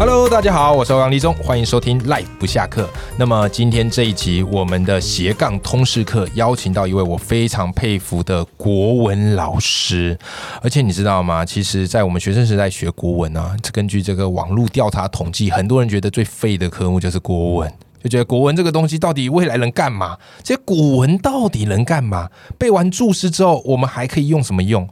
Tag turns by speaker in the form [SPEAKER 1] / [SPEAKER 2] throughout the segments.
[SPEAKER 1] Hello，大家好，我是欧阳立中，欢迎收听 Life 不下课。那么今天这一集，我们的斜杠通识课邀请到一位我非常佩服的国文老师，而且你知道吗？其实，在我们学生时代学国文啊，根据这个网络调查统计，很多人觉得最废的科目就是国文。就觉得国文这个东西到底未来能干嘛？这些古文到底能干嘛？背完注释之后，我们还可以用什么用？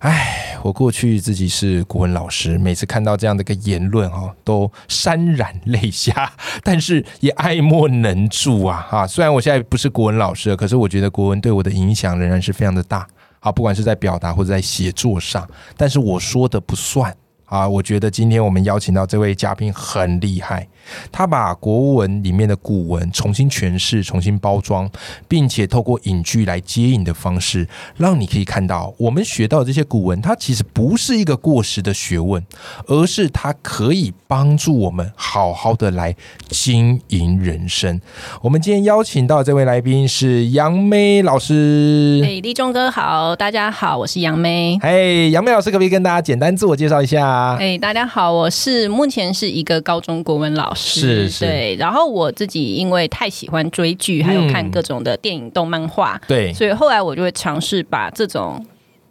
[SPEAKER 1] 唉，我过去自己是国文老师，每次看到这样的一个言论哦，都潸然泪下，但是也爱莫能助啊！哈、虽然我现在不是国文老师了，可是我觉得国文对我的影响仍然是非常的大啊，不管是在表达或者在写作上，但是我说的不算。啊，我觉得今天我们邀请到这位嘉宾很厉害，他把国文里面的古文重新诠释、重新包装，并且透过影剧来接引的方式，让你可以看到我们学到的这些古文，它其实不是一个过时的学问，而是它可以帮助我们好好的来经营人生。我们今天邀请到这位来宾是杨梅老师。
[SPEAKER 2] 哎，立中哥好，大家好，我是杨梅。
[SPEAKER 1] 嘿，杨梅老师，可不可以跟大家简单自我介绍一下？啊
[SPEAKER 2] 哎，大家好，我是目前是一个高中国文老师，
[SPEAKER 1] 是是
[SPEAKER 2] 对。然后我自己因为太喜欢追剧，还有看各种的电影、动漫画，
[SPEAKER 1] 对，
[SPEAKER 2] 所以后来我就会尝试把这种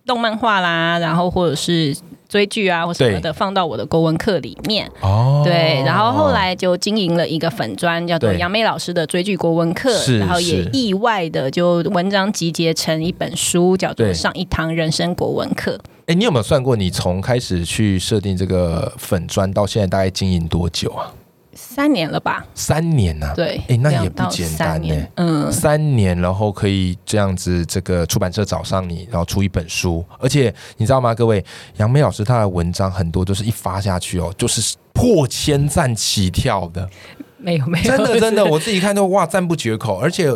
[SPEAKER 2] 动漫画啦，然后或者是追剧啊或什么的放到我的国文课里面。
[SPEAKER 1] 哦
[SPEAKER 2] 对，然后后来就经营了一个粉专，叫做
[SPEAKER 1] 对
[SPEAKER 2] 杨梅老师的追剧国文课
[SPEAKER 1] 是，
[SPEAKER 2] 然后也
[SPEAKER 1] 是
[SPEAKER 2] 意外的就文章集结成一本书，叫做
[SPEAKER 1] 对
[SPEAKER 2] 《上一堂人生国文课》。
[SPEAKER 1] 哎、你有没有算过你从开始去设定这个粉砖到现在大概经营多久啊？
[SPEAKER 2] 三年了吧？
[SPEAKER 1] 三年呐、
[SPEAKER 2] 对，
[SPEAKER 1] 哎那
[SPEAKER 2] 两
[SPEAKER 1] 也不
[SPEAKER 2] 到
[SPEAKER 1] 简
[SPEAKER 2] 三
[SPEAKER 1] 单
[SPEAKER 2] 年
[SPEAKER 1] 呢
[SPEAKER 2] 嗯，
[SPEAKER 1] 三年，然后可以这样子，这个出版社找上你，然后出一本书，而且你知道吗，各位，杨梅老师她的文章很多都是一发下去哦，就是破千赞起跳的，
[SPEAKER 2] 没有没有，
[SPEAKER 1] 真的真的，我自己看都哇赞不绝口，而且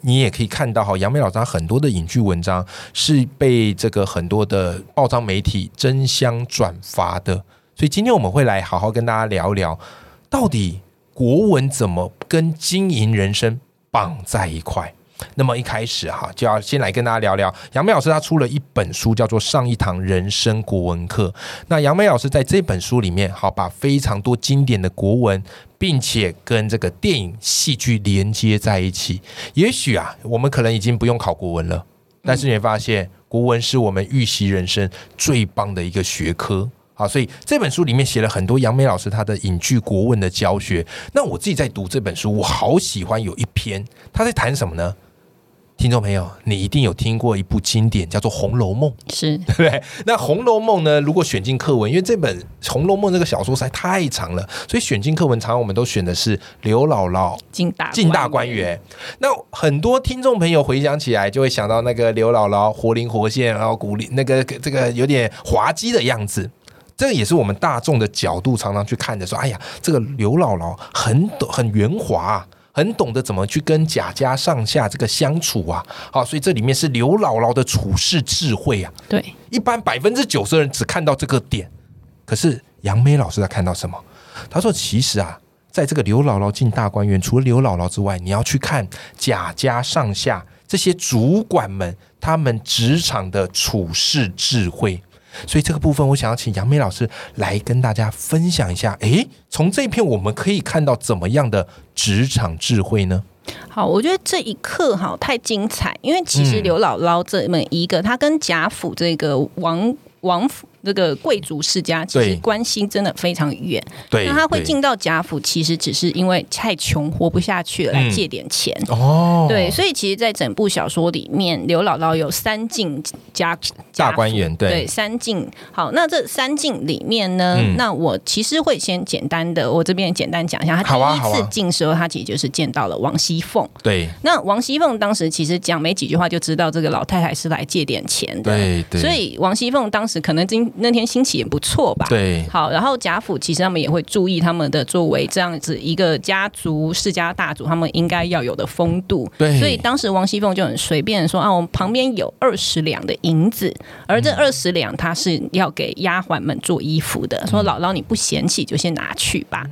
[SPEAKER 1] 你也可以看到哈，杨梅老师他很多的影剧文章是被这个很多的报章媒体争相转发的，所以今天我们会来好好跟大家聊聊，到底国文怎么跟经营人生绑在一块。那么一开始哈，就要先来跟大家聊聊杨梅老师，他出了一本书，叫做《上一堂人生国文课》。那杨梅老师在这本书里面，好把非常多经典的国文并且跟这个电影、戏剧连接在一起。也许啊，我们可能已经不用考国文了，但是你会发现，国文是我们预习人生最棒的一个学科。好，所以这本书里面写了很多杨梅老师他的影剧国文的教学。那我自己在读这本书，我好喜欢有一篇，他在谈什么呢？听众朋友，你一定有听过一部经典叫做《红楼梦》。
[SPEAKER 2] 是
[SPEAKER 1] 对不对？那《红楼梦》呢？如果选进课文，因为这本《红楼梦》这个小说实在太长了，所以选进课文，常常我们都选的是刘姥姥
[SPEAKER 2] 进大
[SPEAKER 1] 进大观，园。那很多听众朋友回想起来，就会想到那个刘姥姥活灵活现，然后古灵那个这个有点滑稽的样子。这也是我们大众的角度常常去看的，说：“哎呀，这个刘姥姥很懂，很圆滑啊、很懂得怎么去跟贾家上下这个相处啊。”好，所以这里面是刘姥姥的处世智慧啊。
[SPEAKER 2] 对，
[SPEAKER 1] 一般百分之九十的人只看到这个点，可是杨梅老师他看到什么？他说：“其实啊，在这个刘姥姥进大观园，除了刘姥姥之外，你要去看贾家上下这些主管们他们职场的处事智慧。”所以这个部分，我想要请杨梅老师来跟大家分享一下。诶，从这一篇我们可以看到怎么样的职场智慧呢？
[SPEAKER 2] 好，我觉得这一刻哈太精彩，因为其实
[SPEAKER 1] 嗯
[SPEAKER 2] 刘姥姥这么一个，她跟贾府这个王王府这个贵族世家，其
[SPEAKER 1] 对
[SPEAKER 2] 实关系真的非常远。
[SPEAKER 1] 对，
[SPEAKER 2] 那她会
[SPEAKER 1] 对
[SPEAKER 2] 进到贾府，其实只是因为太穷活不下去了，来
[SPEAKER 1] 嗯
[SPEAKER 2] 借点钱。
[SPEAKER 1] 哦，
[SPEAKER 2] 对，所以其实，在整部小说里面，刘姥姥有三进家
[SPEAKER 1] 大观园对
[SPEAKER 2] 对三进。好，那这三进里面呢，
[SPEAKER 1] 嗯
[SPEAKER 2] 那我其实会先简单的，我这边简单讲一下，
[SPEAKER 1] 好啊
[SPEAKER 2] 他
[SPEAKER 1] 好
[SPEAKER 2] 第
[SPEAKER 1] 啊
[SPEAKER 2] 一次进的时候，他其实就是见到了王熙凤。
[SPEAKER 1] 对
[SPEAKER 2] 那王熙凤当时其实讲没几句话，就知道这个老太太是来借点钱的。
[SPEAKER 1] 对对，
[SPEAKER 2] 所以王熙凤当时可能经那天心情也不错吧？
[SPEAKER 1] 对，
[SPEAKER 2] 好，然后贾府其实他们也会注意他们的作为这样子一个家族世家大族，他们应该要有的风度。
[SPEAKER 1] 对
[SPEAKER 2] 所以当时王熙凤就很随便说啊，我们旁边有二十两的银子，而
[SPEAKER 1] 嗯
[SPEAKER 2] 这二十两它是要给丫鬟们做衣服
[SPEAKER 1] 嗯
[SPEAKER 2] 的，说姥姥你不嫌弃就先拿去吧。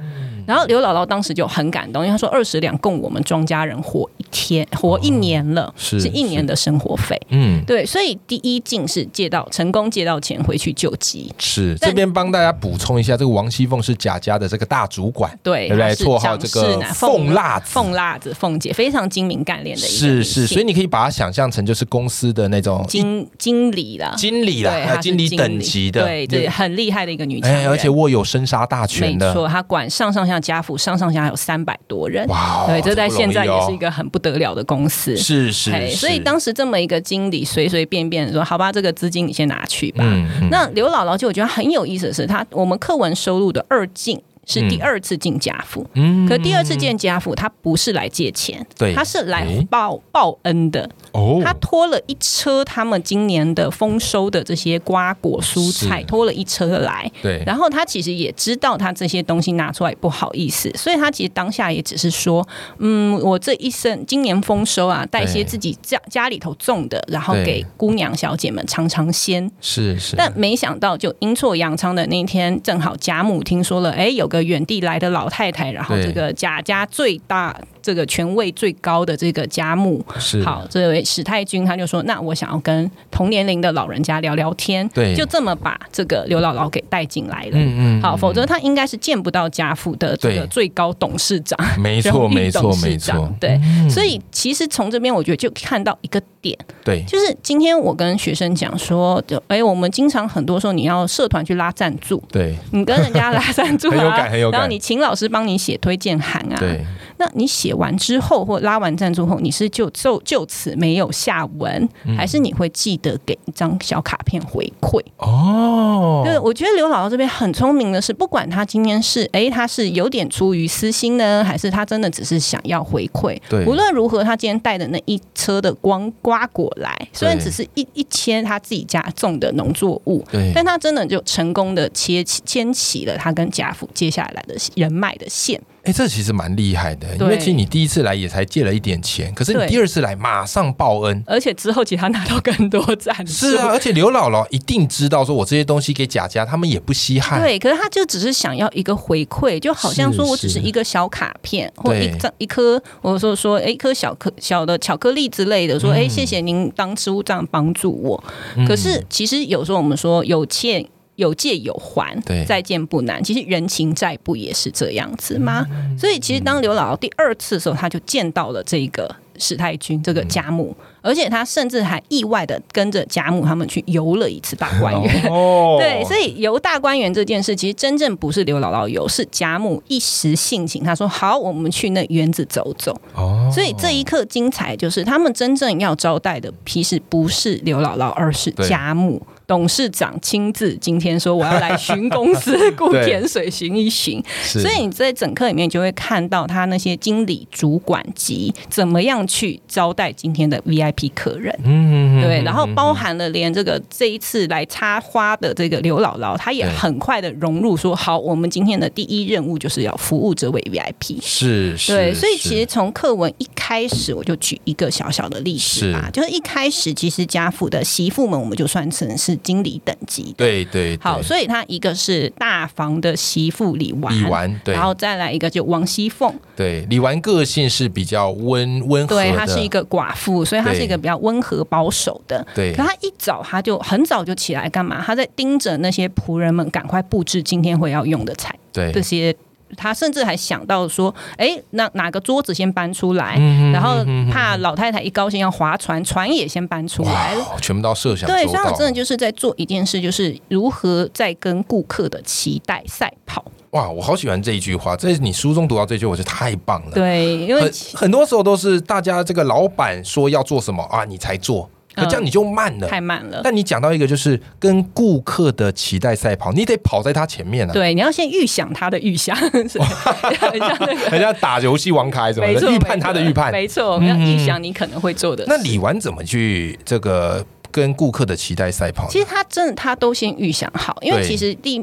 [SPEAKER 2] 然后刘姥姥当时就很感动，因为她说二十两供我们庄家人活一天，活一年了，
[SPEAKER 1] 哦是
[SPEAKER 2] 一年的生活费。
[SPEAKER 1] 嗯，
[SPEAKER 2] 对，所以第一进是借到成功借到钱回去救急，
[SPEAKER 1] 是
[SPEAKER 2] 但
[SPEAKER 1] 这边帮大家补充一下，这个王熙凤是贾家的这个大主管，
[SPEAKER 2] 对，
[SPEAKER 1] 对不对？
[SPEAKER 2] 她是
[SPEAKER 1] 绰号
[SPEAKER 2] 蒋
[SPEAKER 1] 这
[SPEAKER 2] 氏
[SPEAKER 1] 个
[SPEAKER 2] 男
[SPEAKER 1] 凤辣子，
[SPEAKER 2] 凤辣子凤姐非常精明干练的一个
[SPEAKER 1] 是
[SPEAKER 2] 女
[SPEAKER 1] 是，
[SPEAKER 2] 性
[SPEAKER 1] 所以你可以把它想象成就是公司的那种
[SPEAKER 2] 经经理啦，
[SPEAKER 1] 经理啦，
[SPEAKER 2] 对，
[SPEAKER 1] 呃
[SPEAKER 2] 她是
[SPEAKER 1] 经理等级的，
[SPEAKER 2] 对对，很厉害的一个女强
[SPEAKER 1] 哎，
[SPEAKER 2] 人，
[SPEAKER 1] 而且握有生杀大
[SPEAKER 2] 没
[SPEAKER 1] 权的，
[SPEAKER 2] 错，她管上上下家府，上上下下有三百多人，
[SPEAKER 1] 哇哦，
[SPEAKER 2] 对，这在现在也是一
[SPEAKER 1] 个
[SPEAKER 2] 个很不得了的公司，
[SPEAKER 1] 是是
[SPEAKER 2] 哎
[SPEAKER 1] 是，
[SPEAKER 2] 所以当时这么一个经理随随便便说，好吧，这个资金你先拿去吧，
[SPEAKER 1] 嗯嗯
[SPEAKER 2] 那刘姥姥就我觉得很有意思的是，她我们课文收录的二进是第二次进贾府，
[SPEAKER 1] 嗯
[SPEAKER 2] 可第二次进贾府，她不是来借钱，
[SPEAKER 1] 对
[SPEAKER 2] 她是来
[SPEAKER 1] 诶
[SPEAKER 2] 报报恩的。
[SPEAKER 1] 哦
[SPEAKER 2] 她拖了一车他们今年的丰收的这些瓜果蔬菜，
[SPEAKER 1] 是
[SPEAKER 2] 拖了一车来。
[SPEAKER 1] 对
[SPEAKER 2] 然后她其实也知道她这些东西拿出来不好意思，所以她其实当下也只是说，嗯，我这一生今年丰收啊，带些
[SPEAKER 1] 对
[SPEAKER 2] 自己家家里头种的，然后
[SPEAKER 1] 对
[SPEAKER 2] 给姑娘小姐们尝尝鲜。
[SPEAKER 1] 是是，
[SPEAKER 2] 但没想到，就阴错阳差的那一天，正好贾母听说了，哎，有个远地来的老太太，然后
[SPEAKER 1] 对
[SPEAKER 2] 这个贾家最大、这个权位最高的这个贾母，
[SPEAKER 1] 是
[SPEAKER 2] 好，这位史太君，他就说，那我想要跟同年龄的老人家聊聊天，
[SPEAKER 1] 对
[SPEAKER 2] 就这么把这个刘姥姥给带进来了。
[SPEAKER 1] 嗯
[SPEAKER 2] 好，否则他应该是见不到贾府的这个
[SPEAKER 1] 对
[SPEAKER 2] 最高董事长。
[SPEAKER 1] 嗯没
[SPEAKER 2] 荣
[SPEAKER 1] 错
[SPEAKER 2] 誉
[SPEAKER 1] 没
[SPEAKER 2] 董
[SPEAKER 1] 错
[SPEAKER 2] 事
[SPEAKER 1] 没
[SPEAKER 2] 长
[SPEAKER 1] 错，嗯
[SPEAKER 2] 对，所以其实从这边我觉得就看到一个点，
[SPEAKER 1] 对
[SPEAKER 2] 就是今天我跟学生讲说，就哎、我们经常很多时候你要社团去拉赞助，
[SPEAKER 1] 对
[SPEAKER 2] 你跟人家拉赞助啊，
[SPEAKER 1] 很有感很有感
[SPEAKER 2] 然后你请老师帮你写推荐函啊，
[SPEAKER 1] 对，
[SPEAKER 2] 那你写完之后或拉完赞助后，你是就就就此没有下文，还是你会记得给一张小卡片回馈？
[SPEAKER 1] 哦，
[SPEAKER 2] 对，我觉得刘姥姥这边很聪明的是，不管她今天是哎，她是有点出于私心呢，还是她真的只是想要回馈。
[SPEAKER 1] 对
[SPEAKER 2] 无论如何，她今天带的那一车的光瓜果来，虽然
[SPEAKER 1] 对
[SPEAKER 2] 只是一一千她自己家种的农作物，
[SPEAKER 1] 对
[SPEAKER 2] 但她真的就成功的切起牵起了她跟贾府接下来的人脉的线。
[SPEAKER 1] 哎，这其实蛮厉害的，因为
[SPEAKER 2] 对
[SPEAKER 1] 其实你第一次来也才借了一点钱，可是你
[SPEAKER 2] 对嗯
[SPEAKER 1] 第二次来马上报恩。
[SPEAKER 2] 而且之后，其实她拿到更多赞助。
[SPEAKER 1] 是啊，而且刘姥姥一定知道，说我这些东西给贾家，他们也不稀罕。
[SPEAKER 2] 对，可是他就只是想要一个回馈，就好像
[SPEAKER 1] 是
[SPEAKER 2] 说我只
[SPEAKER 1] 是
[SPEAKER 2] 是一个小卡片，或一
[SPEAKER 1] 对
[SPEAKER 2] 张一颗，我说说诶一颗小颗小的巧克力之类的，说
[SPEAKER 1] 嗯
[SPEAKER 2] 哎、诶谢谢您当初这样帮助我。可是其实有时候我们说有欠。有借有还
[SPEAKER 1] 对，
[SPEAKER 2] 再见不难。其实人情债不也是这样子吗？
[SPEAKER 1] 嗯
[SPEAKER 2] 所以其实当刘姥姥第二次的时候，她就见到了这个史太君，这
[SPEAKER 1] 嗯
[SPEAKER 2] 个贾母，而且她甚至还意外的跟着贾母他们去游了一次大观园。
[SPEAKER 1] 哦，
[SPEAKER 2] 对，所以游大观园这件事，其实真正不是刘姥姥游，是贾母一时性情，她说好，我们去那园子走走。
[SPEAKER 1] 哦，
[SPEAKER 2] 所以这一刻精彩就是，他们真正要招待的，其实不是刘姥姥，而是
[SPEAKER 1] 对
[SPEAKER 2] 贾母。董事长亲自今天说，我要来巡 公司，顾
[SPEAKER 1] 对
[SPEAKER 2] 田水巡一巡。
[SPEAKER 1] 是
[SPEAKER 2] 所以你在整课里面就会看到他那些经理、主管级怎么样去招待今天的 VIP 客人。
[SPEAKER 1] 嗯，嗯
[SPEAKER 2] 对，然后包含了连这个这一次来插花的这个刘姥姥，她也
[SPEAKER 1] 对
[SPEAKER 2] 很快的融入说，好，我们今天的第一任务就是要服务这位 VIP。
[SPEAKER 1] 是是，
[SPEAKER 2] 对，所以其实
[SPEAKER 1] 是
[SPEAKER 2] 从课文一开始，我就举一个小小的例子吧，
[SPEAKER 1] 是
[SPEAKER 2] 就是一开始其实家父的媳妇们，我们就算成是经理等级的。
[SPEAKER 1] 对对
[SPEAKER 2] 好，
[SPEAKER 1] 对
[SPEAKER 2] 所以她一个是大房的媳妇李纨，
[SPEAKER 1] 李纨对
[SPEAKER 2] 然后再来一个就王熙凤，
[SPEAKER 1] 对李纨个性是比较温温和的，
[SPEAKER 2] 对，她是一个寡妇，所以她
[SPEAKER 1] 对
[SPEAKER 2] 是一个比较温和保守的。
[SPEAKER 1] 对
[SPEAKER 2] 可她一早，她就很早就起来干嘛？她在盯着那些仆人们赶快布置今天会要用的菜，这
[SPEAKER 1] 对
[SPEAKER 2] 些。她甚至还想到说，哎，那哪个桌子先搬出
[SPEAKER 1] 嗯
[SPEAKER 2] 来？然后怕老太太一高兴要划船，船也先搬出来了。
[SPEAKER 1] 哇，全部都设想
[SPEAKER 2] 对，
[SPEAKER 1] 周
[SPEAKER 2] 所以我
[SPEAKER 1] 到
[SPEAKER 2] 真的就是在做一件事，就是如何在跟顾客的期待赛跑。
[SPEAKER 1] 哇，我好喜欢这一句话，这你书中读到这句，我觉得太棒了。
[SPEAKER 2] 对，因为
[SPEAKER 1] 很很多时候都是大家这个老板说要做什么啊，你才做，可这样你就慢了。
[SPEAKER 2] 嗯太慢了。
[SPEAKER 1] 但你讲到一个就是跟顾客的期待赛跑，你得跑在他前面啊，
[SPEAKER 2] 对，你要先预想他的预想， 是很像那个
[SPEAKER 1] 人家打游戏王卡还是什么
[SPEAKER 2] 没错，
[SPEAKER 1] 的，预判他的预判。嗯
[SPEAKER 2] 没错，我们要预想你可能会做的事。
[SPEAKER 1] 那李纨怎么去这个跟顾客的期待赛跑呢？
[SPEAKER 2] 其实他真的他都先预想好，因为
[SPEAKER 1] 对
[SPEAKER 2] 其实第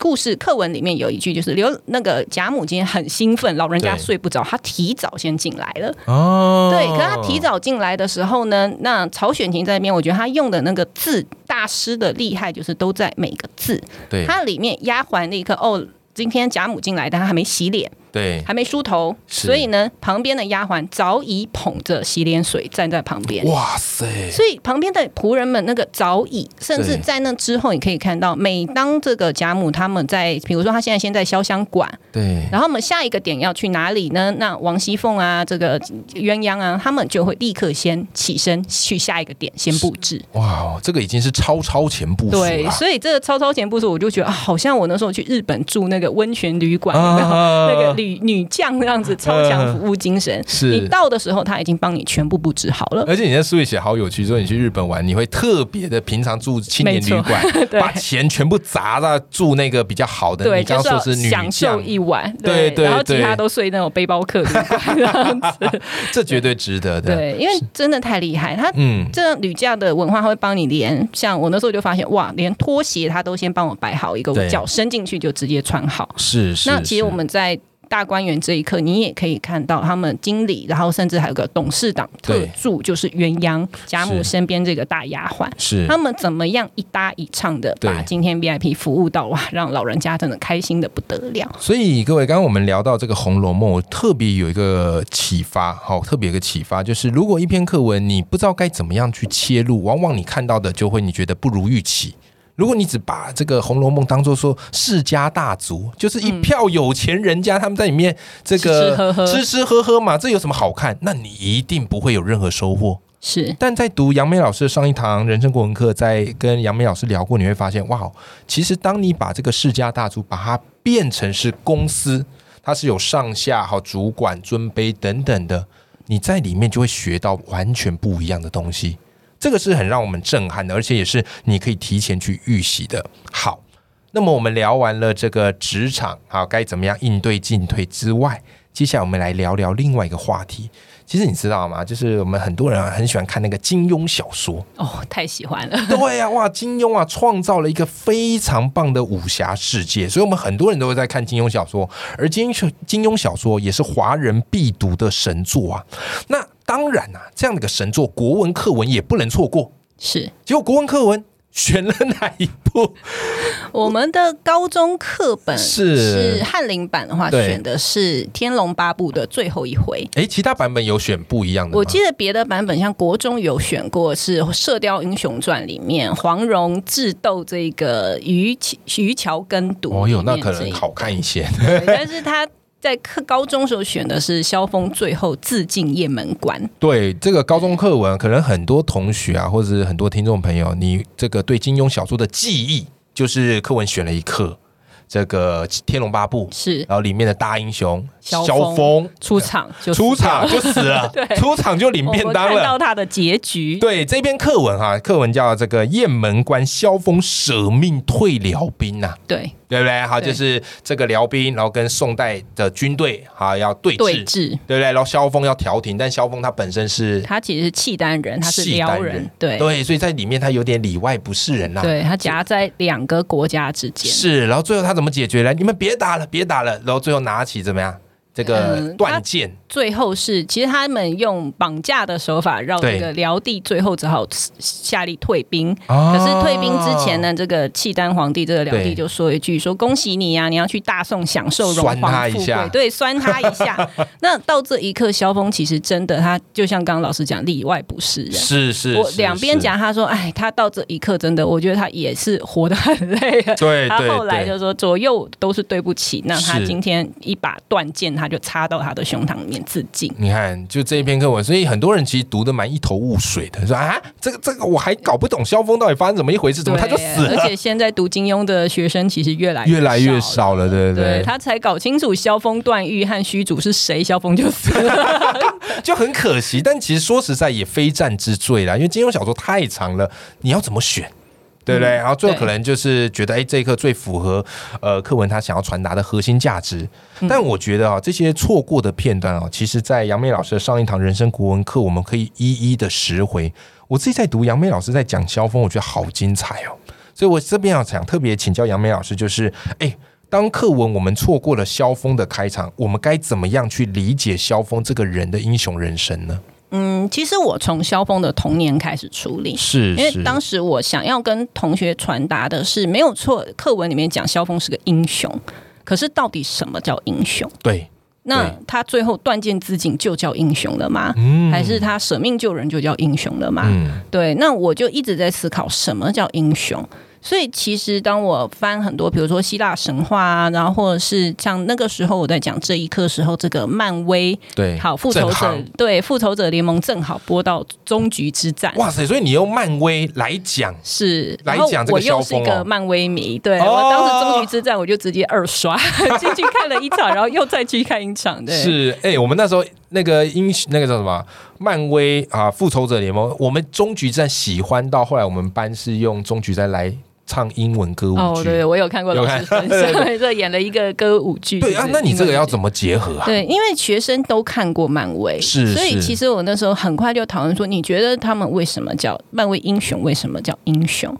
[SPEAKER 2] 故事课文里面有一句就是刘那个贾母今天很兴奋，老人家
[SPEAKER 1] 对
[SPEAKER 2] 睡不着，他提早先进来了。
[SPEAKER 1] 哦，
[SPEAKER 2] 对，可是他提早进来的时候呢，那曹雪芹在那边，我觉得他用的那个字大师的厉害，就是都在每个字，
[SPEAKER 1] 对
[SPEAKER 2] 它里面丫鬟立刻哦。今天贾母进来，但她还没洗脸，
[SPEAKER 1] 对
[SPEAKER 2] 还没梳头，
[SPEAKER 1] 是
[SPEAKER 2] 所以呢，旁边的丫鬟早已捧着洗脸水站在旁边。
[SPEAKER 1] 哇塞，
[SPEAKER 2] 所以旁边的仆人们那个早已，甚至
[SPEAKER 1] 对
[SPEAKER 2] 在那之后，你可以看到，每当这个贾母他们在，比如说他现在先在潇湘馆，
[SPEAKER 1] 对
[SPEAKER 2] 然后我们下一个点要去哪里呢？那王熙凤啊，这个鸳鸯啊，他们就会立刻先起身去下一个点，先布置。
[SPEAKER 1] 哇哦，这个已经是啊超超前部署
[SPEAKER 2] 对，
[SPEAKER 1] 了。
[SPEAKER 2] 所以这个超超前部署，我就觉得、啊、好像我那时候去日本住那个温泉旅馆，
[SPEAKER 1] 啊
[SPEAKER 2] 有没有 那个女女将那样子超强服务精神。你
[SPEAKER 1] 嗯是。
[SPEAKER 2] 到的时候，他已经帮你全部布置好了。
[SPEAKER 1] 而且你在书里写好有趣，说你去日本玩，你会特别的平常住青年
[SPEAKER 2] 没错
[SPEAKER 1] 旅馆，
[SPEAKER 2] 对
[SPEAKER 1] 把钱全部砸到住那个比较好的。
[SPEAKER 2] 对，
[SPEAKER 1] 你刚
[SPEAKER 2] 就是
[SPEAKER 1] 刚
[SPEAKER 2] 要
[SPEAKER 1] 说是女
[SPEAKER 2] 享受
[SPEAKER 1] 将，
[SPEAKER 2] 一晚，
[SPEAKER 1] 对对
[SPEAKER 2] 然后其
[SPEAKER 1] 对
[SPEAKER 2] 他都睡那种背包客旅馆这样子，
[SPEAKER 1] 这绝 对值得的。
[SPEAKER 2] 对，因为真的太厉害，他。
[SPEAKER 1] 嗯，
[SPEAKER 2] 这旅价的文化它会帮你连，像我那时候就发现，哇，连拖鞋他都先帮我摆好一个，
[SPEAKER 1] 对
[SPEAKER 2] 我脚伸进去就直接穿好。
[SPEAKER 1] 是是。
[SPEAKER 2] 那其实
[SPEAKER 1] 是
[SPEAKER 2] 我们在大观园这一刻，你也可以看到他们经理，然后甚至还有个董事长特
[SPEAKER 1] 对
[SPEAKER 2] 助，就是鸳鸯贾母
[SPEAKER 1] 是
[SPEAKER 2] 身边这个大丫鬟，
[SPEAKER 1] 是
[SPEAKER 2] 他们怎么样一搭一唱的把
[SPEAKER 1] 对
[SPEAKER 2] 今天 VIP 服务到哇，让老人家真的开心的不得了。
[SPEAKER 1] 所以各位，刚刚我们聊到这个《红楼梦》，我特别有一个启发，好，特别有一个启发就是，如果一篇课文你不知道该怎么样去切入，往往你看到的就会你觉得不如预期。如果你只把这个《红楼梦》当做说世家大族，就是一票有钱人家，他们在里面这个
[SPEAKER 2] 吃吃喝喝
[SPEAKER 1] 吃吃喝喝嘛，这有什么好看？那你一定不会有任何收获。
[SPEAKER 2] 是
[SPEAKER 1] 但在读杨梅老师的上一堂人生国文课，在跟杨梅老师聊过，你会发现，哇，其实当你把这个世家大族把它变成是公司，它是有上下、好主管、尊卑等等的，你在里面就会学到完全不一样的东西。这个是很让我们震撼的，而且也是你可以提前去预习的。好，那么我们聊完了这个职场好该怎么样应对进退之外，接下来我们来聊聊另外一个话题。其实你知道吗？就是我们很多人啊很喜欢看那个金庸小说，
[SPEAKER 2] 哦，太喜欢了。
[SPEAKER 1] 对啊，哇，金庸啊创造了一个非常棒的武侠世界，所以我们很多人都会在看金庸小说，而金庸金庸小说也是华人必读的神作啊。那当然啊，这样的一个神作，国文课文也不能错过。
[SPEAKER 2] 是
[SPEAKER 1] 结果国文课文选了哪一部？
[SPEAKER 2] 我们的高中课本
[SPEAKER 1] 是
[SPEAKER 2] 是翰林版的话，
[SPEAKER 1] 对
[SPEAKER 2] 选的是《天龙八部》的最后一回。
[SPEAKER 1] 诶，其他版本有选不一样的吗？
[SPEAKER 2] 我记得别的版本，像国中有选过是《射雕英雄传》里面黄蓉智斗这个于于桥跟读，
[SPEAKER 1] 哦哟，那可能好看一些。
[SPEAKER 2] 对但是他在课高中时候选的是萧峰最后自尽雁门关，
[SPEAKER 1] 对这个高中课文，可能很多同学啊，或者是很多听众朋友，你这个对金庸小说的记忆，就是课文选了一课，这个《天龙八部》，
[SPEAKER 2] 是
[SPEAKER 1] 然后里面的大英雄
[SPEAKER 2] 萧
[SPEAKER 1] 萧
[SPEAKER 2] 峰
[SPEAKER 1] 峰
[SPEAKER 2] 出场就死
[SPEAKER 1] 出场
[SPEAKER 2] 掉
[SPEAKER 1] 就死了
[SPEAKER 2] 对，
[SPEAKER 1] 出场就领
[SPEAKER 2] 我
[SPEAKER 1] 便
[SPEAKER 2] 们
[SPEAKER 1] 当
[SPEAKER 2] 看到
[SPEAKER 1] 了。
[SPEAKER 2] 他的结局，
[SPEAKER 1] 对这篇课文啊，课文叫这个《雁门关萧峰舍命退辽兵》呐、
[SPEAKER 2] 对
[SPEAKER 1] 对不对？好，
[SPEAKER 2] 对
[SPEAKER 1] 就是这个辽兵，然后跟宋代的军队啊要对峙，
[SPEAKER 2] 对峙。
[SPEAKER 1] 对不对？然后萧峰要调停，但萧峰他本身是
[SPEAKER 2] 他其实是契丹人，他是
[SPEAKER 1] 契丹
[SPEAKER 2] 辽
[SPEAKER 1] 人
[SPEAKER 2] 人，对
[SPEAKER 1] 对，所以在里面他有点里外不是人啦、
[SPEAKER 2] 哎对，他夹在两个国家之间。
[SPEAKER 1] 是，然后最后他怎么解决呢？你们别打了，别打了，然后最后拿起怎么样？这个
[SPEAKER 2] 嗯
[SPEAKER 1] 断剑，
[SPEAKER 2] 最后是，其实他们用绑架的手法让
[SPEAKER 1] 对
[SPEAKER 2] 这个辽帝最后只好下力退兵。
[SPEAKER 1] 哦
[SPEAKER 2] 可是退兵之前？呢，这个契丹皇帝这个辽
[SPEAKER 1] 对
[SPEAKER 2] 帝就说一句：“说恭喜你啊呀、你要去大宋享受荣
[SPEAKER 1] 酸他
[SPEAKER 2] 华
[SPEAKER 1] 一
[SPEAKER 2] 富
[SPEAKER 1] 下
[SPEAKER 2] 贵。”对，酸他 一下。那到这一刻，萧峰其实真的，他就像刚刚老师讲，里外不是人。
[SPEAKER 1] 是是，
[SPEAKER 2] 我
[SPEAKER 1] 是
[SPEAKER 2] 两边，讲，他说：“哎，他到这一刻真的，我觉得他也是活得很累
[SPEAKER 1] 是
[SPEAKER 2] 了。”
[SPEAKER 1] 对
[SPEAKER 2] 他
[SPEAKER 1] 哎对
[SPEAKER 2] 后来
[SPEAKER 1] 对
[SPEAKER 2] 就说左右都是对不起，那他
[SPEAKER 1] 是
[SPEAKER 2] 今天一把断剑，他就插到他的胸膛里面自尽。
[SPEAKER 1] 你看，就这一篇课文，所以很多人其实读的蛮一头雾水的，说啊，这个这个我还搞不懂萧峰到底发生怎么一回事，怎么他就
[SPEAKER 2] 对
[SPEAKER 1] 死了
[SPEAKER 2] 而，且现在读金庸的学生其实越来
[SPEAKER 1] 越来越
[SPEAKER 2] 少了。
[SPEAKER 1] 少了，对不
[SPEAKER 2] 对他才搞清楚萧峰、段誉和虚竹是谁，萧峰就死 了。
[SPEAKER 1] 就很可惜。但其实说实在，也非战之罪啦，因为金庸小说太长了，你要怎么选？对不对？然后最后可能就是觉得，哎，这一刻最符合呃课文他想要传达的核心价值。但我觉得啊，这些错过的片段啊，其实在杨梅老师的上一堂人生国文课，我们可以一一的拾回。我自己在读杨梅老师在讲萧峰，我觉得好精彩哦。所以我这边要想特别请教杨梅老师，就是哎。当课文我们错过了萧峰的开场，我们该怎么样去理解萧峰这个人的英雄人生呢？
[SPEAKER 2] 嗯，其实我从萧峰的童年开始处理，
[SPEAKER 1] 是
[SPEAKER 2] 因为当时我想要跟同学传达的是，没有错，课文里面讲萧峰是个英雄，可是到底什么叫英雄？
[SPEAKER 1] 对，
[SPEAKER 2] 那
[SPEAKER 1] 对
[SPEAKER 2] 他最后断剑自尽就叫英雄了吗？
[SPEAKER 1] 嗯
[SPEAKER 2] 还是他舍命救人就叫英雄了吗？
[SPEAKER 1] 嗯
[SPEAKER 2] 对，那我就一直在思考什么叫英雄。所以其实当我翻很多，比如说希腊神话啊，然后或者是像那个时候我在讲这一课时候，这个漫威
[SPEAKER 1] 对，
[SPEAKER 2] 好复仇
[SPEAKER 1] 正
[SPEAKER 2] 者
[SPEAKER 1] 行
[SPEAKER 2] 对复仇者联盟正好播到终局之战。
[SPEAKER 1] 哇塞！所以你用漫威来讲，
[SPEAKER 2] 是，
[SPEAKER 1] 来
[SPEAKER 2] 然后
[SPEAKER 1] 讲这个
[SPEAKER 2] 我又是
[SPEAKER 1] 萧
[SPEAKER 2] 一
[SPEAKER 1] 峰哦
[SPEAKER 2] 个漫威迷，对、
[SPEAKER 1] 哦
[SPEAKER 2] 我当时终局之战我就直接二刷 进去看了一场，然后又再去看一场，对，
[SPEAKER 1] 是哎、我们那时候那个英雄那个叫什么漫威啊，复仇者联盟，我们终局战喜欢到后来，我们班是用终局战来唱英文歌舞剧。
[SPEAKER 2] 哦，对，我有看过老
[SPEAKER 1] 有
[SPEAKER 2] 师
[SPEAKER 1] 看
[SPEAKER 2] 分享， 这演了一个歌舞剧，
[SPEAKER 1] 对
[SPEAKER 2] 就
[SPEAKER 1] 啊
[SPEAKER 2] 是，
[SPEAKER 1] 那你这个要怎
[SPEAKER 2] 么？
[SPEAKER 1] 么结合啊？
[SPEAKER 2] 对，因为学生都看过漫威，
[SPEAKER 1] 是
[SPEAKER 2] 所以
[SPEAKER 1] 是
[SPEAKER 2] 其实我那时候很快就讨论说，你觉得他们为什么叫漫威英雄？为什么叫英雄？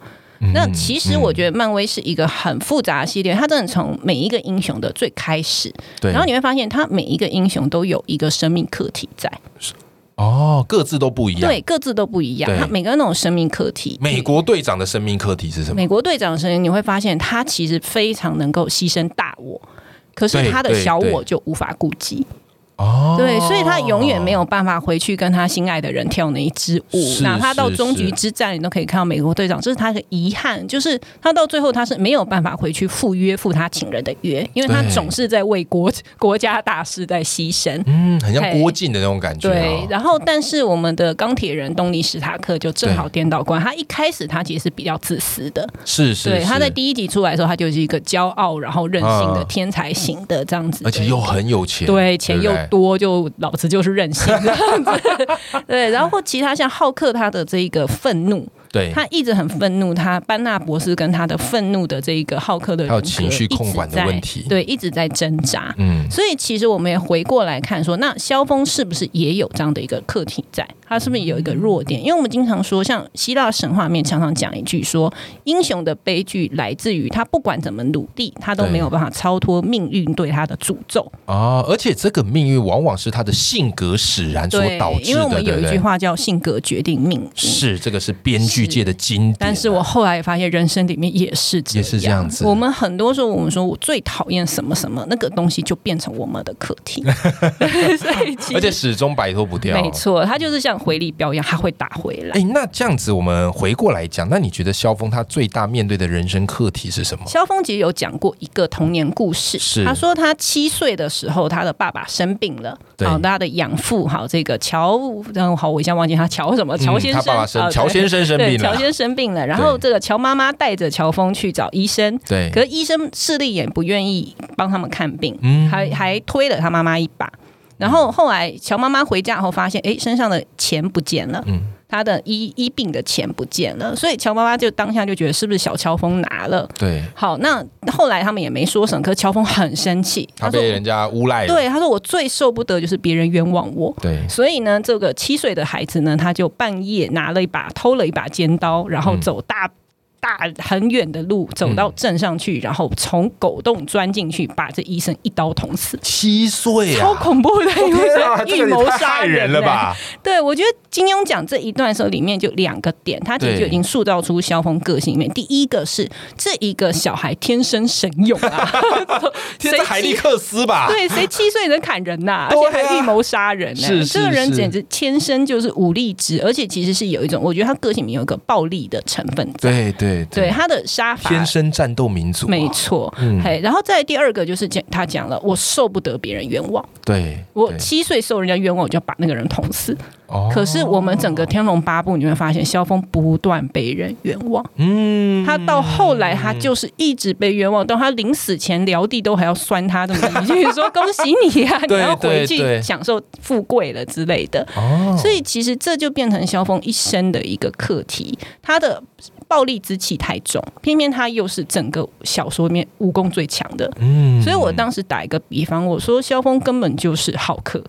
[SPEAKER 2] 那
[SPEAKER 1] 嗯
[SPEAKER 2] 其实我觉得漫威是一个很复杂的系列，它真的从每一个英雄的最开始，
[SPEAKER 1] 嗯对，
[SPEAKER 2] 然后你会发现它每一个英雄都有一个生命课题在，
[SPEAKER 1] 哦，各自都不一样。
[SPEAKER 2] 对，各自都不一样
[SPEAKER 1] 对，
[SPEAKER 2] 它每个人都有生命课题。
[SPEAKER 1] 美国队长的生命课题是什么？
[SPEAKER 2] 美国队长的声音，你会发现他其实非常能够牺牲大我，可
[SPEAKER 1] 对
[SPEAKER 2] 是他的
[SPEAKER 1] 对
[SPEAKER 2] 小我
[SPEAKER 1] 对
[SPEAKER 2] 就无法顾及。
[SPEAKER 1] 哦，
[SPEAKER 2] 对，所以他永远没有办法回去跟他心爱的人跳那一支
[SPEAKER 1] 是
[SPEAKER 2] 舞，哪怕到
[SPEAKER 1] 是
[SPEAKER 2] 终局
[SPEAKER 1] 是
[SPEAKER 2] 之战，你都可以看到美国队长，这是他的遗憾，就是他到最后他是没有办法回去赴约赴他情人的约，因为他
[SPEAKER 1] 对
[SPEAKER 2] 总是在为国 国家大事在牺牲。
[SPEAKER 1] 嗯，很像郭靖的那种感觉、
[SPEAKER 2] 对
[SPEAKER 1] 哦，。
[SPEAKER 2] 然后但是我们的钢铁人东尼史塔克就正好
[SPEAKER 1] 对
[SPEAKER 2] 颠倒过来，他一开始他其实是比较自私的，
[SPEAKER 1] 是是，
[SPEAKER 2] 对，
[SPEAKER 1] 是
[SPEAKER 2] 他在第一集出来的时候，他就是一个骄傲然后任性的
[SPEAKER 1] 嗯
[SPEAKER 2] 天才型的这样子，
[SPEAKER 1] 而且又很有钱，
[SPEAKER 2] 对钱
[SPEAKER 1] 不
[SPEAKER 2] 又
[SPEAKER 1] 对
[SPEAKER 2] 多，就老子就是任性这样子。 对，然后或其他像浩克他的这一个愤怒，
[SPEAKER 1] 对，
[SPEAKER 2] 他一直很愤怒，他班纳博士跟他的愤怒的这一个浩克的人
[SPEAKER 1] 还有
[SPEAKER 2] 格
[SPEAKER 1] 情绪
[SPEAKER 2] 一直
[SPEAKER 1] 控管的
[SPEAKER 2] 在
[SPEAKER 1] 问题
[SPEAKER 2] 对，一直在挣扎。
[SPEAKER 1] 嗯，
[SPEAKER 2] 所以其实我们也回过来看说，那萧峰是不是也有这样的一个课题在？他是不是有一个弱点？因为我们经常说，像希腊神话里面常常讲一句说，英雄的悲剧来自于他不管怎么努力，他都
[SPEAKER 1] 对
[SPEAKER 2] 没有办法超脱命运对他的诅咒。
[SPEAKER 1] 哦，而且这个命运往往是他的性格使然所
[SPEAKER 2] 对
[SPEAKER 1] 导，致
[SPEAKER 2] 因为我
[SPEAKER 1] 的，
[SPEAKER 2] 们有
[SPEAKER 1] 对不
[SPEAKER 2] 一
[SPEAKER 1] 对
[SPEAKER 2] 句？话叫“性格决定命运”，
[SPEAKER 1] 是，这个是编剧界的经典啊。
[SPEAKER 2] 但是我后来也发现，人生里面也是这
[SPEAKER 1] 也是这样子
[SPEAKER 2] 我们很多时候，我们说我最讨厌什么什么，那个东西就变成我们的课题。 所以其实
[SPEAKER 1] 而且始终摆脱不掉。
[SPEAKER 2] 没错，它就是像回力镖一样，它会打回来。
[SPEAKER 1] 哎，那这样子，我们回过来讲，那你觉得萧峰他最大面对的人生课题是什么？
[SPEAKER 2] 萧峰其实有讲过一个童年故事，
[SPEAKER 1] 是
[SPEAKER 2] 他说他七岁的时候，他的爸爸生病了，
[SPEAKER 1] 对
[SPEAKER 2] 好，他的养父，好，这个乔，嗯，好，我一下忘记他乔什么，
[SPEAKER 1] 嗯
[SPEAKER 2] 乔先生，
[SPEAKER 1] 他爸爸生
[SPEAKER 2] 啊
[SPEAKER 1] 乔先生生
[SPEAKER 2] 对，对
[SPEAKER 1] 病了
[SPEAKER 2] 乔先生生病了，然后
[SPEAKER 1] 对
[SPEAKER 2] 这个乔妈妈带着乔峰去找医生，
[SPEAKER 1] 对
[SPEAKER 2] 可，是医生视力也不愿意帮他们看病，
[SPEAKER 1] 嗯
[SPEAKER 2] 还还推了他妈妈一把。然后后来乔妈妈回家后发现，哎，身上的钱不见了，
[SPEAKER 1] 嗯
[SPEAKER 2] 她的医医病的钱不见了，所以乔妈妈就当下就觉得是不是小乔峰拿了。
[SPEAKER 1] 对，
[SPEAKER 2] 好，那后来他们也没说什么，可是乔峰很生气，
[SPEAKER 1] 他
[SPEAKER 2] 说
[SPEAKER 1] 被人家诬赖了。
[SPEAKER 2] 对，他说我最受不得就是别人冤枉我。
[SPEAKER 1] 对
[SPEAKER 2] 所以呢，这个七岁的孩子呢，他就半夜拿了一把偷了一把尖刀，然后
[SPEAKER 1] 嗯
[SPEAKER 2] 走大、大很远的路，走到镇上去，然后从狗洞钻进去，把这医生一刀捅死。
[SPEAKER 1] 七岁啊，
[SPEAKER 2] 超恐怖的，因为
[SPEAKER 1] 天啊，
[SPEAKER 2] 预
[SPEAKER 1] 这个
[SPEAKER 2] 谋
[SPEAKER 1] 也太
[SPEAKER 2] 杀
[SPEAKER 1] 害人了
[SPEAKER 2] 欸？
[SPEAKER 1] 吧？
[SPEAKER 2] 对，我觉得金庸讲这一段的时候，里面就两个点，他其实
[SPEAKER 1] 对
[SPEAKER 2] 就已经塑造出萧峰个性里面。第一个是这一个小孩天生神勇啊，
[SPEAKER 1] 天，这海利克斯吧？
[SPEAKER 2] 对，谁七岁能砍人
[SPEAKER 1] 啊
[SPEAKER 2] 呐、而
[SPEAKER 1] 对啊
[SPEAKER 2] 且还预谋杀人呢、
[SPEAKER 1] 是是
[SPEAKER 2] 这个人
[SPEAKER 1] 是
[SPEAKER 2] 简直天生就是武力值，而且其实是有一种，我觉得他个性里面有一个暴力的成分在。
[SPEAKER 1] 对对
[SPEAKER 2] 对，他的杀
[SPEAKER 1] 嗯
[SPEAKER 2] 法，
[SPEAKER 1] 天生战斗民族啊，
[SPEAKER 2] 没错。
[SPEAKER 1] 嗯
[SPEAKER 2] 嘿，然后再来第二个就是讲他讲了，我受不得别人冤枉，
[SPEAKER 1] 对，
[SPEAKER 2] 我
[SPEAKER 1] 对
[SPEAKER 2] 七岁受人家冤枉，我就要把那个人捅死。
[SPEAKER 1] 哦
[SPEAKER 2] 可是我们整个《天龙八部》，你会发现萧峰不断被人冤枉，
[SPEAKER 1] 嗯
[SPEAKER 2] 他到后来他就是一直被冤枉，到他临死前辽帝都还要酸他这么一句，说恭喜你 呀、你
[SPEAKER 1] 对
[SPEAKER 2] 要回
[SPEAKER 1] 对对
[SPEAKER 2] 去享受富贵了之类的。
[SPEAKER 1] 哦，
[SPEAKER 2] 所以其实这就变成萧峰一生的一个课题，他的暴力之气太重，偏偏他又是整个小说里面武功最强的。
[SPEAKER 1] 嗯
[SPEAKER 2] 所以我当时打一个比方，我说萧峰根本就是好客，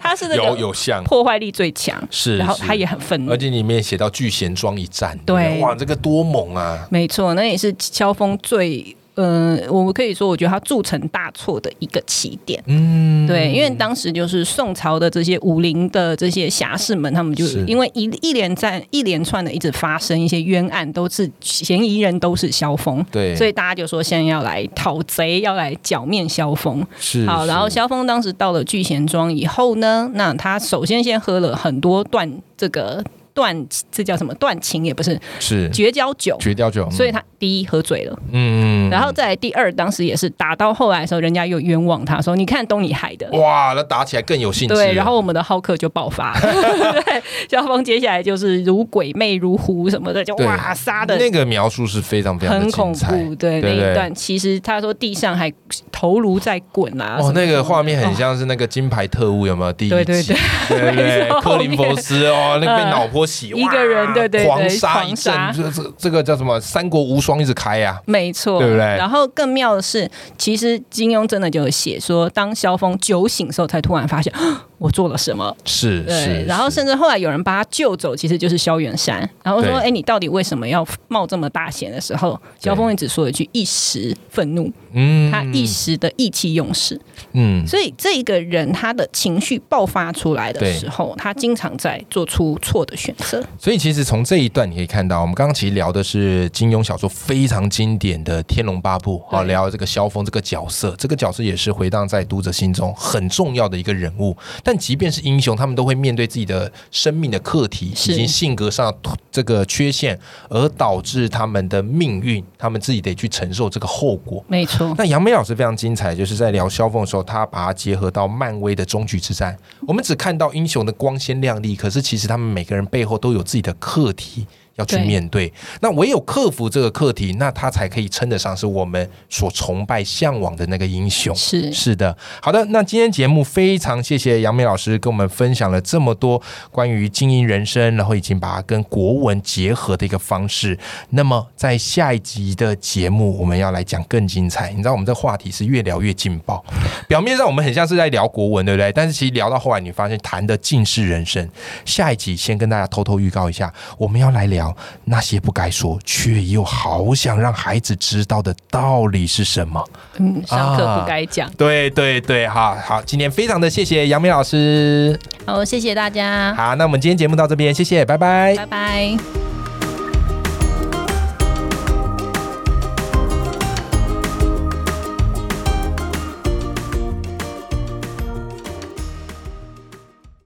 [SPEAKER 2] 他是那
[SPEAKER 1] 有
[SPEAKER 2] 个
[SPEAKER 1] 有像
[SPEAKER 2] 破坏力最强，
[SPEAKER 1] 是，
[SPEAKER 2] 然后
[SPEAKER 1] 是
[SPEAKER 2] 他也很愤怒
[SPEAKER 1] 而。且里面写到聚贤庄一战，
[SPEAKER 2] 对
[SPEAKER 1] 哇，这个多猛啊！
[SPEAKER 2] 没错，那也是萧峰最呃，我们可以说，我觉得他铸成大错的一个起点。
[SPEAKER 1] 嗯，
[SPEAKER 2] 对，因为当时就是宋朝的这些武林的这些侠士们，他们就是因为一一连战一连串的一直发生一些冤案，都是嫌疑人都是萧峰，
[SPEAKER 1] 对，
[SPEAKER 2] 所以大家就说现在要来讨贼，要来剿灭萧峰。
[SPEAKER 1] 是
[SPEAKER 2] 好，然后
[SPEAKER 1] 是
[SPEAKER 2] 萧峰当时到了聚贤庄以后呢，那他首先先喝了很多断这个断这叫什么断情也不是
[SPEAKER 1] 是
[SPEAKER 2] 绝交酒，
[SPEAKER 1] 绝嗯掉酒，
[SPEAKER 2] 所以他第一喝醉了，
[SPEAKER 1] 嗯，嗯
[SPEAKER 2] 然后再来第二，当时也是打到后来的时候，人家又冤枉他说：“你看东你害的。”
[SPEAKER 1] 哇，那打起来更有兴致了，
[SPEAKER 2] 对，然后我们的浩克就爆发了， 对，萧峰接下来就是如鬼魅如狐什么的，就
[SPEAKER 1] 对
[SPEAKER 2] 哇杀的
[SPEAKER 1] 那个描述是非常非常的
[SPEAKER 2] 很恐
[SPEAKER 1] 精彩，
[SPEAKER 2] 怖，对
[SPEAKER 1] 对
[SPEAKER 2] 那
[SPEAKER 1] 对
[SPEAKER 2] 一段，其实他说地上还头颅在滚啊，
[SPEAKER 1] 哦，那个画面很
[SPEAKER 2] 像。
[SPEAKER 1] 像是那个《金牌特务》，有没有？第一集，
[SPEAKER 2] 对对对
[SPEAKER 1] 对对
[SPEAKER 2] 没错
[SPEAKER 1] 科林佛斯哦，那个被脑波洗，
[SPEAKER 2] 嗯一
[SPEAKER 1] 哇
[SPEAKER 2] 个人对对对
[SPEAKER 1] 狂杀一
[SPEAKER 2] 狂杀
[SPEAKER 1] 阵，这这这个叫什么？三国无双一直开啊，
[SPEAKER 2] 没错，
[SPEAKER 1] 对不对
[SPEAKER 2] 然后更妙的是，其实金庸真的就有写说，当萧峰酒醒的时候，才突然发现 啊我做了什么。
[SPEAKER 1] 是
[SPEAKER 2] 对
[SPEAKER 1] 是，，
[SPEAKER 2] 然后甚至后来有人把他救走，其实就是萧远山。然后说：“
[SPEAKER 1] 对
[SPEAKER 2] 哎，你到底为什么要冒这么大险？”的时候，萧峰也只说了一句：“一时愤怒，
[SPEAKER 1] 嗯
[SPEAKER 2] 他一时的意气用事。
[SPEAKER 1] 嗯
[SPEAKER 2] 所以这一个人他的情绪爆发出来的
[SPEAKER 1] 对
[SPEAKER 2] 时候，他经常在做出错的选择。
[SPEAKER 1] 所以其实从这一段你可以看到，我们刚刚其实聊的是金庸小说非常经典的《天龙八部》，好
[SPEAKER 2] 对
[SPEAKER 1] 聊这个萧峰这个角色，这个角色也是回荡在读者心中很重要的一个人物。但即便是英雄，他们都会面对自己的生命的课题以
[SPEAKER 2] 是
[SPEAKER 1] 及性格上的这个缺陷，而导致他们的命运，他们自己得去承受这个后果。
[SPEAKER 2] 没错，
[SPEAKER 1] 那杨梅老师非常精彩，就是在聊萧峰的时候，他把它结合到漫威的终局之战。我们只看到英雄的光鲜亮丽，可是其实他们每个人背后都有自己的课题要去
[SPEAKER 2] 对
[SPEAKER 1] 面对。那唯有克服这个课题，那他才可以称得上是我们所崇拜、向往的那个英雄。
[SPEAKER 2] 是
[SPEAKER 1] 是的，好的，那今天节目非常谢谢杨梅老师跟我们分享了这么多关于经营人生，然后已经把它跟国文结合的一个方式。那么在下一集的节目，我们要来讲更精彩。你知道我们这话题是越聊越劲爆， 表面上我们很像是在聊国文，对不对？但是其实聊到后来，你发现谈的尽是人生。下一集先跟大家偷偷预告一下，我们要来聊那些不该说却又好想让孩子知道的道理是什么。
[SPEAKER 2] 嗯，上课
[SPEAKER 1] 啊
[SPEAKER 2] 不该讲。
[SPEAKER 1] 对对对，好好，今天非常的谢谢杨梅老师。
[SPEAKER 2] 好，谢谢大家，
[SPEAKER 1] 好，那我们今天节目到这边，谢谢，拜拜。
[SPEAKER 2] 拜拜。